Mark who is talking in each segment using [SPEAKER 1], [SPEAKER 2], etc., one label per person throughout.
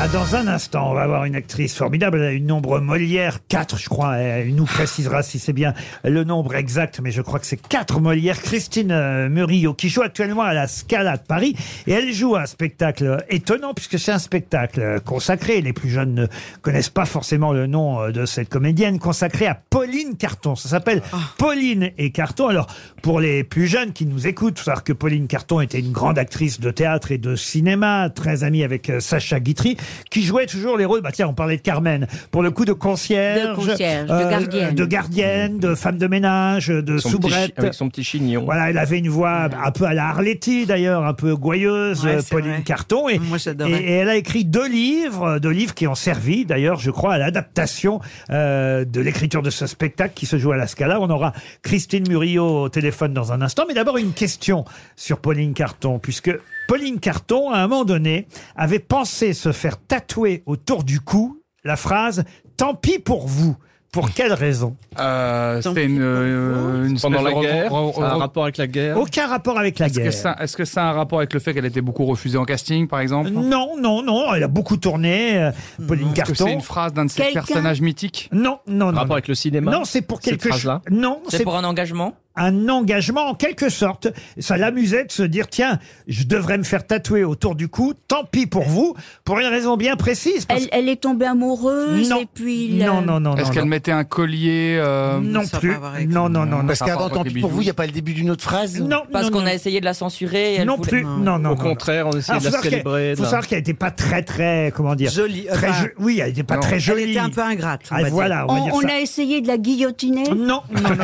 [SPEAKER 1] Ah, dans un instant, on va avoir une actrice formidable. Elle a une nombre Molière, quatre, je crois. Elle nous précisera si c'est bien le nombre exact, mais je crois que c'est quatre Molière. Christine euh, Murillo, qui joue actuellement à la Scala de Paris. Et elle joue un spectacle étonnant, puisque c'est un spectacle euh, consacré. Les plus jeunes ne connaissent pas forcément le nom euh, de cette comédienne, consacrée à Pauline Carton. Ça s'appelle
[SPEAKER 2] Ah.
[SPEAKER 1] Pauline et Carton. Alors, pour les plus jeunes qui nous écoutent, faut savoir que Pauline Carton était une grande actrice de théâtre et de cinéma, très amie avec euh, Sacha Guitry, qui jouait toujours les rôles. Bah tiens, on parlait de Carmen pour le coup de concierge, euh,
[SPEAKER 2] De concierge, de gardienne.
[SPEAKER 1] de gardienne, de femme de ménage, de
[SPEAKER 3] Son petit chi- ah
[SPEAKER 1] soubrette.
[SPEAKER 3] avec son petit chignon.
[SPEAKER 1] Voilà, elle avait une voix un peu à la Arletty d'ailleurs, un peu gouailleuse,
[SPEAKER 4] Ouais,
[SPEAKER 1] euh,
[SPEAKER 4] c'est
[SPEAKER 1] Pauline
[SPEAKER 4] vrai.
[SPEAKER 1] Carton. Et,
[SPEAKER 4] Moi,
[SPEAKER 1] et,
[SPEAKER 4] j'adorais.
[SPEAKER 1] et elle a écrit deux livres, euh, deux livres qui ont servi d'ailleurs, je crois, à l'adaptation euh, de l'écriture de ce spectacle qui se joue à la Scala. On aura Christine Murillo au téléphone dans un instant. Mais d'abord, une question sur Pauline Carton, puisque Pauline Carton, à un moment donné, avait pensé se faire tatouer autour du cou la phrase « Tant pis pour vous ». Pour quelle raison
[SPEAKER 5] Euh,
[SPEAKER 4] Tant
[SPEAKER 5] c'était
[SPEAKER 4] pis
[SPEAKER 5] une,
[SPEAKER 4] pour
[SPEAKER 5] euh, une
[SPEAKER 3] Pendant
[SPEAKER 5] espèce
[SPEAKER 3] la
[SPEAKER 5] de
[SPEAKER 3] guerre,
[SPEAKER 5] re-
[SPEAKER 3] ça a un
[SPEAKER 5] re- re-
[SPEAKER 3] rapport avec la guerre.
[SPEAKER 4] Ah.
[SPEAKER 1] Aucun rapport avec la
[SPEAKER 5] Est-ce que
[SPEAKER 1] guerre.
[SPEAKER 5] ça- Est-ce que ça a un rapport avec le fait qu'elle était beaucoup refusée en casting, par exemple
[SPEAKER 1] Euh, Non, non, non, elle a beaucoup tourné, euh, Pauline
[SPEAKER 5] Est-ce que c'est
[SPEAKER 1] Carton.
[SPEAKER 5] une phrase d'un de ces
[SPEAKER 2] Quelqu'un
[SPEAKER 5] personnages mythiques
[SPEAKER 1] Non, non, non.
[SPEAKER 3] rapport
[SPEAKER 1] non.
[SPEAKER 3] avec le cinéma.
[SPEAKER 1] Non, c'est pour
[SPEAKER 3] cette
[SPEAKER 1] quelque chose.
[SPEAKER 3] phrase-là
[SPEAKER 1] Non,
[SPEAKER 6] C'est
[SPEAKER 1] c'est
[SPEAKER 6] pour un engagement
[SPEAKER 1] un engagement en quelque sorte. Ça l'amusait de se dire tiens, je devrais me faire tatouer autour du cou. Tant pis pour vous, pour une raison bien précise. parce
[SPEAKER 2] Elle, elle est tombée amoureuse
[SPEAKER 1] Non.
[SPEAKER 2] et puis il,
[SPEAKER 1] Non,
[SPEAKER 2] euh,
[SPEAKER 1] non, non,
[SPEAKER 5] Est-ce
[SPEAKER 1] non,
[SPEAKER 5] qu'elle
[SPEAKER 1] non.
[SPEAKER 5] mettait un collier euh,
[SPEAKER 1] non
[SPEAKER 4] Ça a
[SPEAKER 1] plus.
[SPEAKER 4] pas à voir avec
[SPEAKER 1] Non,
[SPEAKER 4] le-
[SPEAKER 1] non, non, non.
[SPEAKER 7] Parce qu'avant,
[SPEAKER 5] rapport
[SPEAKER 7] tant
[SPEAKER 5] avec
[SPEAKER 7] pis
[SPEAKER 5] les
[SPEAKER 7] pour vous,
[SPEAKER 5] bijoux.
[SPEAKER 7] il n'y a pas le début d'une autre phrase
[SPEAKER 1] Non,
[SPEAKER 6] Parce
[SPEAKER 1] non,
[SPEAKER 6] qu'on
[SPEAKER 1] non.
[SPEAKER 6] a essayé de la censurer. et elle
[SPEAKER 1] non
[SPEAKER 6] voulait-
[SPEAKER 1] plus. Non, non.
[SPEAKER 3] Au
[SPEAKER 1] non.
[SPEAKER 3] contraire, on
[SPEAKER 1] Ah,
[SPEAKER 3] essayait
[SPEAKER 1] faut
[SPEAKER 3] de la
[SPEAKER 1] savoir qu'elle-
[SPEAKER 3] célébrer.
[SPEAKER 1] faut
[SPEAKER 3] d'un-
[SPEAKER 1] savoir qu'elle n'était pas très, très, comment dire,
[SPEAKER 4] Jolie.
[SPEAKER 1] très,
[SPEAKER 4] enfin,
[SPEAKER 1] jo- oui, elle n'était pas
[SPEAKER 5] non.
[SPEAKER 1] très
[SPEAKER 4] elle
[SPEAKER 1] jolie.
[SPEAKER 4] était un peu ingrate. on
[SPEAKER 1] Ah,
[SPEAKER 4] va dire.
[SPEAKER 1] voilà, on, va
[SPEAKER 2] On,
[SPEAKER 1] dire
[SPEAKER 2] on
[SPEAKER 1] ça. Ah,
[SPEAKER 2] a essayé de la guillotiner.
[SPEAKER 1] Non, non, non.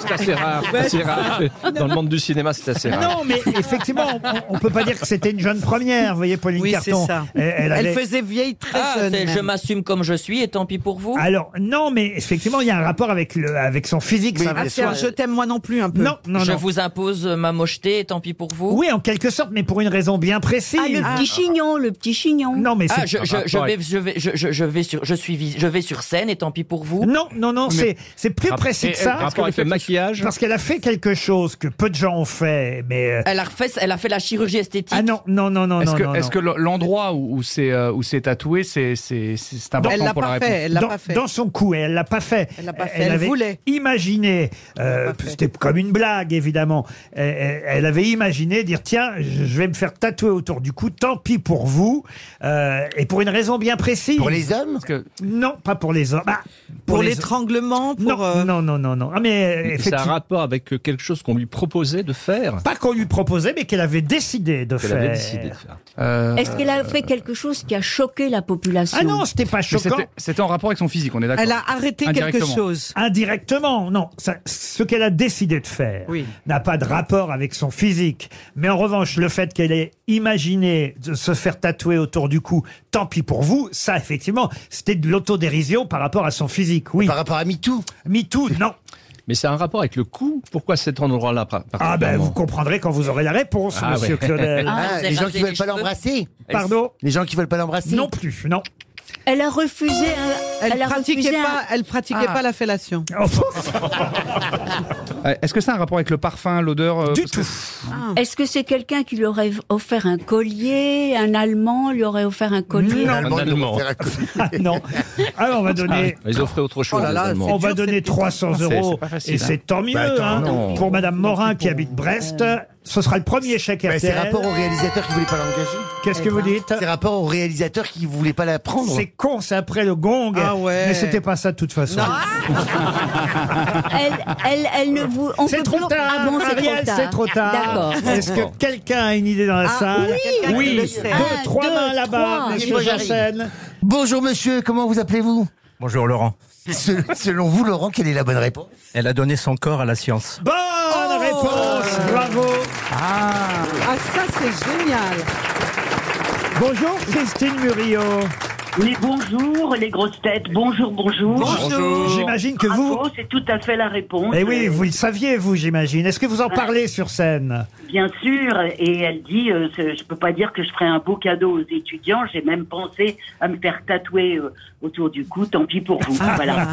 [SPEAKER 3] C'est assez rare. c'est assez rare. Dans le monde du cinéma, c'est assez rare.
[SPEAKER 1] Non, mais effectivement, on, on peut pas dire que c'était une jeune première, vous voyez, Pauline
[SPEAKER 4] Oui, c'est
[SPEAKER 1] Carton.
[SPEAKER 4] ça.
[SPEAKER 1] Elle, elle
[SPEAKER 4] Elle
[SPEAKER 1] avait-
[SPEAKER 4] faisait vieille très
[SPEAKER 6] Ah,
[SPEAKER 4] jeune.
[SPEAKER 6] c'est je
[SPEAKER 4] même.
[SPEAKER 6] m'assume comme je suis et tant pis pour vous.
[SPEAKER 1] Alors, non, mais effectivement, il y a un rapport avec, le, avec son physique.
[SPEAKER 7] Oui,
[SPEAKER 1] ça va
[SPEAKER 4] Ah,
[SPEAKER 1] de
[SPEAKER 4] c'est
[SPEAKER 1] soi.
[SPEAKER 4] un je t'aime moi non plus un peu.
[SPEAKER 1] Non, non,
[SPEAKER 6] je
[SPEAKER 1] non.
[SPEAKER 6] vous impose ma mocheté et tant pis pour vous.
[SPEAKER 1] Oui, en quelque sorte, mais pour une raison bien précise.
[SPEAKER 2] Ah, le petit chignon, le petit chignon.
[SPEAKER 1] Non, mais c'est...
[SPEAKER 6] Ah, je, je, je
[SPEAKER 3] Rapport
[SPEAKER 6] vais, je, vais, je, je- je vais sur, je, suis, vis- je vais sur scène et tant pis pour vous.
[SPEAKER 1] Non, non, non, c'est, c'est plus
[SPEAKER 3] Rap-
[SPEAKER 1] précis
[SPEAKER 3] Et-
[SPEAKER 1] que
[SPEAKER 3] et-
[SPEAKER 1] ça.
[SPEAKER 3] Rapport avec le maquillage.
[SPEAKER 1] Parce qu'elle a fait quelque chose que peu de gens ont fait, mais... euh,
[SPEAKER 6] Elle a refait, elle a fait la chirurgie esthétique.
[SPEAKER 1] Ah non, non, non, non,
[SPEAKER 5] Est-ce
[SPEAKER 1] non,
[SPEAKER 5] que,
[SPEAKER 1] non,
[SPEAKER 5] est-ce
[SPEAKER 1] non.
[SPEAKER 5] que le- l'endroit où, où c'est euh, où c'est tatoué, c'est c'est c'est- c'est important
[SPEAKER 4] Elle l'a
[SPEAKER 5] pour la
[SPEAKER 4] pas
[SPEAKER 5] réponse
[SPEAKER 4] fait. Elle l'a
[SPEAKER 1] dans,
[SPEAKER 4] pas fait.
[SPEAKER 1] dans son cou, et elle l'a pas fait.
[SPEAKER 4] Elle l'a pas fait, elle
[SPEAKER 1] avait
[SPEAKER 4] voulait.
[SPEAKER 1] Imaginé, euh,
[SPEAKER 4] pas fait.
[SPEAKER 1] c'était comme une blague évidemment. Elle, elle- elle avait imaginé dire tiens, je je vais me faire tatouer autour du cou. Tant pis pour vous euh, et pour une raison bien précise.
[SPEAKER 7] Pour les hommes
[SPEAKER 5] Parce que
[SPEAKER 1] Non, pas pour les hommes. Bah,
[SPEAKER 4] Pour,
[SPEAKER 1] les-
[SPEAKER 4] l'étranglement, pour.
[SPEAKER 1] Non,
[SPEAKER 4] euh,
[SPEAKER 1] non, non, non, non. Ah, mais euh,
[SPEAKER 3] Et C'est un
[SPEAKER 1] effectivement,
[SPEAKER 3] rapport avec euh, quelque chose qu'on lui proposait de faire.
[SPEAKER 1] pas qu'on lui proposait, mais qu'elle avait décidé de
[SPEAKER 3] Qu'elle
[SPEAKER 1] faire.
[SPEAKER 3] avait décidé de faire.
[SPEAKER 5] euh,
[SPEAKER 2] Est-ce qu'elle a fait quelque chose qui a choqué la population
[SPEAKER 1] Ah non, c'était pas
[SPEAKER 5] mais
[SPEAKER 1] choquant.
[SPEAKER 5] c'était c'était en rapport avec son physique, on est d'accord.
[SPEAKER 4] Elle a arrêté quelque
[SPEAKER 5] Indirectement.
[SPEAKER 4] chose.
[SPEAKER 1] Indirectement, non. Ça- ce qu'elle a décidé de faire
[SPEAKER 4] Oui.
[SPEAKER 1] n'a pas de rapport avec son physique. Mais en revanche, le fait qu'elle ait imaginé de se faire tatouer autour du cou, tant pis pour vous, ça, effectivement, c'était de l'autodérision par rapport à son physique. Oui.
[SPEAKER 7] Par rapport à MeToo Ah,
[SPEAKER 1] MeToo, non.
[SPEAKER 3] Mais c'est un rapport avec le coup. Pourquoi cet endroit-là par-
[SPEAKER 1] Ah ben,
[SPEAKER 3] particulièrement
[SPEAKER 1] vous comprendrez quand vous aurez la réponse,
[SPEAKER 3] Ah
[SPEAKER 1] monsieur
[SPEAKER 3] ouais.
[SPEAKER 1] Claudel.
[SPEAKER 6] Ah,
[SPEAKER 7] Ah,
[SPEAKER 6] elle s'est
[SPEAKER 7] Les gens
[SPEAKER 6] rasé
[SPEAKER 7] qui
[SPEAKER 6] les
[SPEAKER 7] veulent pas
[SPEAKER 6] cheveux.
[SPEAKER 7] l'embrasser
[SPEAKER 1] Pardon
[SPEAKER 7] Les gens qui veulent pas l'embrasser
[SPEAKER 1] Non plus, non.
[SPEAKER 2] Elle a refusé. un-
[SPEAKER 4] Elle,
[SPEAKER 2] a
[SPEAKER 4] pratiquait
[SPEAKER 2] refusé un-
[SPEAKER 4] pas. Elle pratiquait
[SPEAKER 5] Ah.
[SPEAKER 4] pas la fellation.
[SPEAKER 5] Euh, Est-ce que ça a un rapport avec le parfum, l'odeur euh,
[SPEAKER 1] Du
[SPEAKER 5] parce que-
[SPEAKER 1] tout.
[SPEAKER 2] Est-ce que c'est quelqu'un qui lui aurait offert un collier Un Allemand lui aurait offert un collier
[SPEAKER 7] Un Allemand,
[SPEAKER 3] Un
[SPEAKER 7] il doit
[SPEAKER 3] Allemand.
[SPEAKER 7] faire un coup.
[SPEAKER 1] Ah, non. Alors, on va
[SPEAKER 3] Ah,
[SPEAKER 1] donner...
[SPEAKER 3] Ils offraient autre chose.
[SPEAKER 4] Oh là
[SPEAKER 3] les
[SPEAKER 4] là,
[SPEAKER 3] Allemands.
[SPEAKER 1] On va
[SPEAKER 4] dur,
[SPEAKER 1] donner
[SPEAKER 4] cette
[SPEAKER 1] 300
[SPEAKER 5] question.
[SPEAKER 1] euros
[SPEAKER 5] C'est pas facile,
[SPEAKER 1] et
[SPEAKER 5] hein.
[SPEAKER 1] c'est tant mieux
[SPEAKER 7] Bah, attends,
[SPEAKER 1] hein.
[SPEAKER 3] non.
[SPEAKER 1] pour Madame Morin qui habite Brest. Ce sera le premier chèque
[SPEAKER 7] Mais c'est
[SPEAKER 1] RTL.
[SPEAKER 7] rapport au réalisateur qui voulait pas l'engager.
[SPEAKER 1] Qu'est-ce que vous dites
[SPEAKER 7] C'est rapport au réalisateur qui voulait pas la prendre.
[SPEAKER 1] C'est con, c'est après le gong.
[SPEAKER 4] Ah ouais.
[SPEAKER 1] Mais c'était pas ça de toute façon.
[SPEAKER 2] Elle, elle, elle ne vous. on
[SPEAKER 1] C'est
[SPEAKER 2] peut
[SPEAKER 1] trop
[SPEAKER 2] plus-
[SPEAKER 1] tard,
[SPEAKER 2] Ah bon, c'est
[SPEAKER 1] Ariel, c'est trop tard.
[SPEAKER 2] D'accord.
[SPEAKER 1] Est-ce que quelqu'un a une idée dans la
[SPEAKER 4] Ah,
[SPEAKER 1] salle
[SPEAKER 4] oui, quelqu'un qui le
[SPEAKER 1] deux,
[SPEAKER 4] sait.
[SPEAKER 2] Un,
[SPEAKER 1] trois
[SPEAKER 2] deux,
[SPEAKER 1] mains là-bas,
[SPEAKER 2] trois.
[SPEAKER 1] monsieur
[SPEAKER 7] Moi, j'arrive.
[SPEAKER 1] Janssen.
[SPEAKER 7] Bonjour monsieur, comment vous appelez-vous
[SPEAKER 8] Bonjour Laurent.
[SPEAKER 7] Se- Selon vous, Laurent, quelle est la bonne réponse
[SPEAKER 8] Elle a donné son corps à la science.
[SPEAKER 1] Bonne réponse, bravo.
[SPEAKER 4] Ah ça c'est génial.
[SPEAKER 1] Bonjour Christine Murillo.
[SPEAKER 9] Mais bonjour, les grosses têtes, bonjour, bonjour.
[SPEAKER 1] Oh, J'imagine que vous.
[SPEAKER 6] Ah,
[SPEAKER 9] Bravo, c'est tout à fait la réponse.
[SPEAKER 1] Eh oui,
[SPEAKER 9] Euh,
[SPEAKER 1] vous le saviez, vous, j'imagine. Est-ce que vous en parlez sur scène
[SPEAKER 9] Bien sûr, et elle dit, euh, c'est- je peux pas dire que je ferai un beau cadeau aux étudiants, j'ai même pensé à me faire tatouer euh, autour du cou, tant pis pour vous. voilà.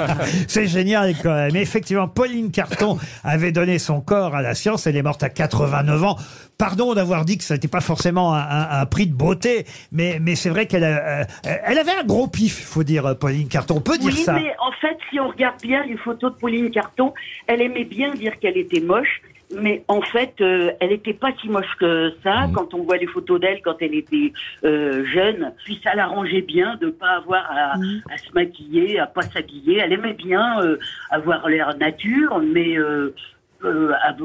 [SPEAKER 1] C'est génial quand même. Effectivement, Pauline Carton avait donné son corps à la science. Elle est morte à 89 ans. Pardon d'avoir dit que ça n'était pas forcément un, un- un prix de beauté, mais, mais c'est vrai qu'elle a- euh, elle avait un gros pif, faut dire, Pauline Carton. On peut dire
[SPEAKER 9] Oui,
[SPEAKER 1] ça.
[SPEAKER 9] mais en fait, si on regarde bien les photos de Pauline Carton, elle aimait bien dire qu'elle était moche, mais en fait, euh, elle n'était pas si moche que ça
[SPEAKER 1] Mmh.
[SPEAKER 9] quand on voit les photos d'elle quand elle était euh, jeune. Puis ça l'arrangeait bien de ne pas avoir à,
[SPEAKER 1] Mmh.
[SPEAKER 9] à se maquiller, à pas s'habiller. Elle aimait bien euh, avoir l'air nature, mais... euh, euh, à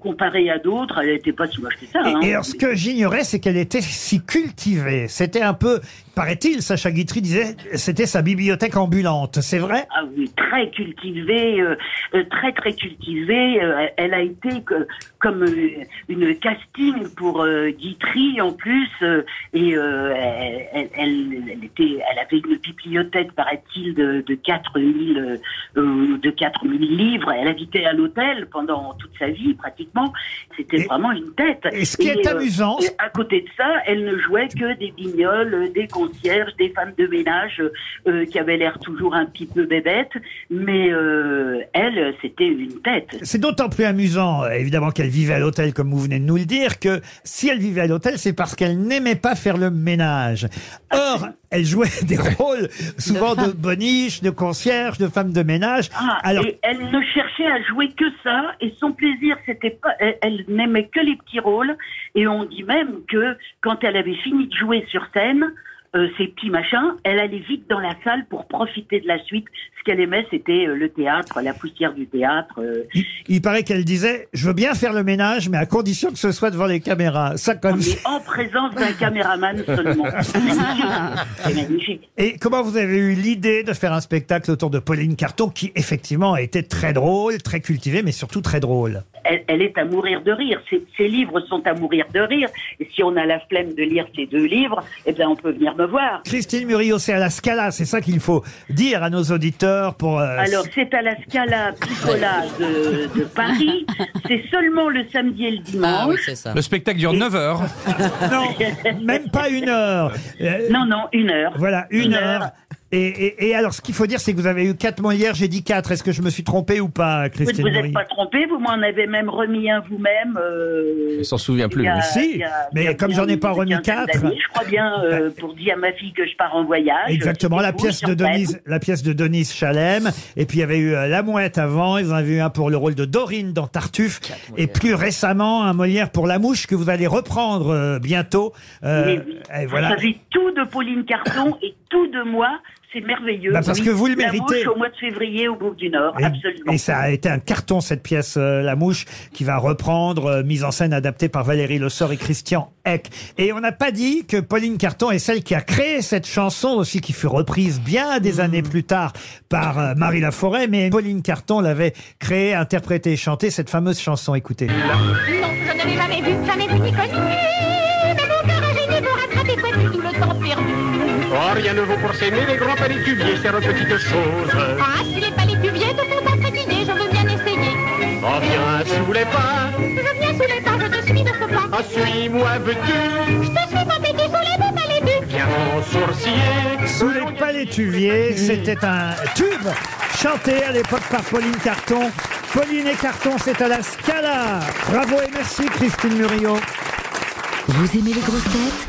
[SPEAKER 9] comparer, à d'autres, elle n'était pas si moche que ça.
[SPEAKER 1] Et,
[SPEAKER 9] hein.
[SPEAKER 1] et alors, ce que j'ignorais, c'est qu'elle était si cultivée. C'était un peu, paraît-il, Sacha Guitry disait, c'était sa bibliothèque ambulante. C'est vrai
[SPEAKER 9] Ah oui, très cultivée, euh, euh, très très cultivée. Euh, elle a été que- comme euh, une casting pour euh, Guitry en plus, euh, et euh, elle, elle- elle- elle était, elle avait une bibliothèque, paraît-il, de, de 4000 euh, euh, de 4000 livres. Elle habitait à l'hôtel pendant toute sa vie pratiquement. C'était
[SPEAKER 1] Et-
[SPEAKER 9] vraiment une tête.
[SPEAKER 1] et ce qui est amusant-
[SPEAKER 9] et euh, à côté de ça, elle ne jouait que des guignols, euh, des concierges, des femmes de ménage euh, euh, qui avaient l'air toujours un petit peu bébêtes, mais euh, elle, euh, c'était une tête.
[SPEAKER 1] C'est d'autant plus amusant, euh, évidemment, qu'elle vivait à l'hôtel, comme vous venez de nous le dire, que si elle vivait à l'hôtel, c'est parce qu'elle n'aimait pas faire le ménage. Or, elle jouait des rôles souvent de boniche, de concierge, de femme de ménage.
[SPEAKER 9] Ah,
[SPEAKER 1] Alors,
[SPEAKER 9] et elle ne cherchait à jouer que ça, et son plaisir, c'était pas, elle, elle n'aimait que les petits rôles, et on dit même que quand elle avait fini de jouer sur scène, euh, ces petits machins, elle allait vite dans la salle pour profiter de la suite. Ce qu'elle aimait, c'était euh, le théâtre, la poussière du théâtre. euh,
[SPEAKER 1] il, il paraît qu'elle disait « Je veux bien faire le ménage, mais à condition que ce soit devant les caméras. » Ça, comme...
[SPEAKER 9] mais en présence d'un caméraman seulement. C'est magnifique. C'est magnifique.
[SPEAKER 1] Et comment vous avez eu l'idée de faire un spectacle autour de Pauline Carton, qui, effectivement, était très drôle, très cultivée, mais surtout très drôle
[SPEAKER 9] elle, elle est à mourir de rire. Ses, ses livres sont à mourir de rire. Et si on a la flemme de lire ces deux livres, eh bien, on peut venir me voir.
[SPEAKER 1] Christine Murillo, c'est à la Scala, c'est ça qu'il faut dire à nos auditeurs pour... euh,
[SPEAKER 9] Alors, c'est à la Scala Piccola de, de Paris. C'est seulement le samedi et le
[SPEAKER 6] Ah oui,
[SPEAKER 9] dimanche.
[SPEAKER 6] c'est ça.
[SPEAKER 3] Le spectacle dure 9 heures.
[SPEAKER 1] Non, Ah même pas une heure. Euh,
[SPEAKER 9] Non, non, une heure.
[SPEAKER 1] Voilà, une,
[SPEAKER 9] Une
[SPEAKER 1] heure.
[SPEAKER 9] heure.
[SPEAKER 1] Et, et- et alors, ce qu'il faut dire, c'est que vous avez eu quatre Molières, j'ai dit quatre. Est-ce que je me suis trompé ou pas,
[SPEAKER 9] Vous
[SPEAKER 1] Christine
[SPEAKER 9] ne vous êtes
[SPEAKER 1] Murillo
[SPEAKER 9] pas trompé, vous m'en avez même remis un vous-même. euh,
[SPEAKER 3] Il s'en souvient
[SPEAKER 9] il
[SPEAKER 3] plus.
[SPEAKER 9] y a-
[SPEAKER 1] Mais si,
[SPEAKER 9] il y a-
[SPEAKER 1] mais
[SPEAKER 9] il y a
[SPEAKER 1] comme
[SPEAKER 9] bien
[SPEAKER 1] j'en ai pas
[SPEAKER 9] une
[SPEAKER 1] remis
[SPEAKER 9] quinzaine
[SPEAKER 1] quatre.
[SPEAKER 9] d'années, Je crois bien euh, pour dire à ma fille que je pars en voyage.
[SPEAKER 1] Exactement, la
[SPEAKER 9] Vous,
[SPEAKER 1] pièce
[SPEAKER 9] sur
[SPEAKER 1] de
[SPEAKER 9] scène.
[SPEAKER 1] Denise, la pièce de Denise Chalem. Et puis il y avait eu euh, La Mouette avant. Ils en avaient eu un pour le rôle de Dorine dans Tartuffe. Et plus récemment, un Molière pour La Mouche que vous allez reprendre euh, bientôt. Euh,
[SPEAKER 9] Mais Eh oui. Ah,
[SPEAKER 1] et voilà.
[SPEAKER 9] Vous savez tout de Pauline Carton et tout de moi. C'est merveilleux.
[SPEAKER 1] Bah, parce que vous le
[SPEAKER 9] La
[SPEAKER 1] méritez.
[SPEAKER 9] Mouche au mois de février au Bourg du Nord,
[SPEAKER 1] Et-
[SPEAKER 9] absolument.
[SPEAKER 1] Et ça a été un carton, cette pièce euh, La Mouche, qui va reprendre, euh, mise en scène adaptée par Valérie Le Sort et Christian Eck. Et on n'a pas dit que Pauline Carton est celle qui a créé cette chanson aussi, qui fut reprise bien des années plus tard par euh, Marie Laforêt, mais Pauline Carton l'avait créée, interprétée et chantée, cette fameuse chanson, écoutez.
[SPEAKER 10] Non, je ne l'ai jamais vu, jamais vu ni connu. Mais mon cœur a gêné pour rattraper presque tout le temps perdu.
[SPEAKER 11] Oh, rien ne vaut pour s'aimer les grands palétuviers, chères petites choses.
[SPEAKER 10] Ah, si les palétuviers te font entraîner, je veux bien essayer.
[SPEAKER 11] Oh, viens sous les pas,
[SPEAKER 10] Je viens sous les pas, je te suis de ce pas.
[SPEAKER 11] oh, suis-moi veux-tu,
[SPEAKER 10] Je te suis pas pété sous les beaux palétus.
[SPEAKER 11] viens mon sourcier.
[SPEAKER 1] Sous les palétuviers, c'était un tube chanté à l'époque par Pauline Carton. Pauline et Carton, c'est à la Scala. Bravo et merci Christine Murillo.
[SPEAKER 12] Vous aimez les grosses têtes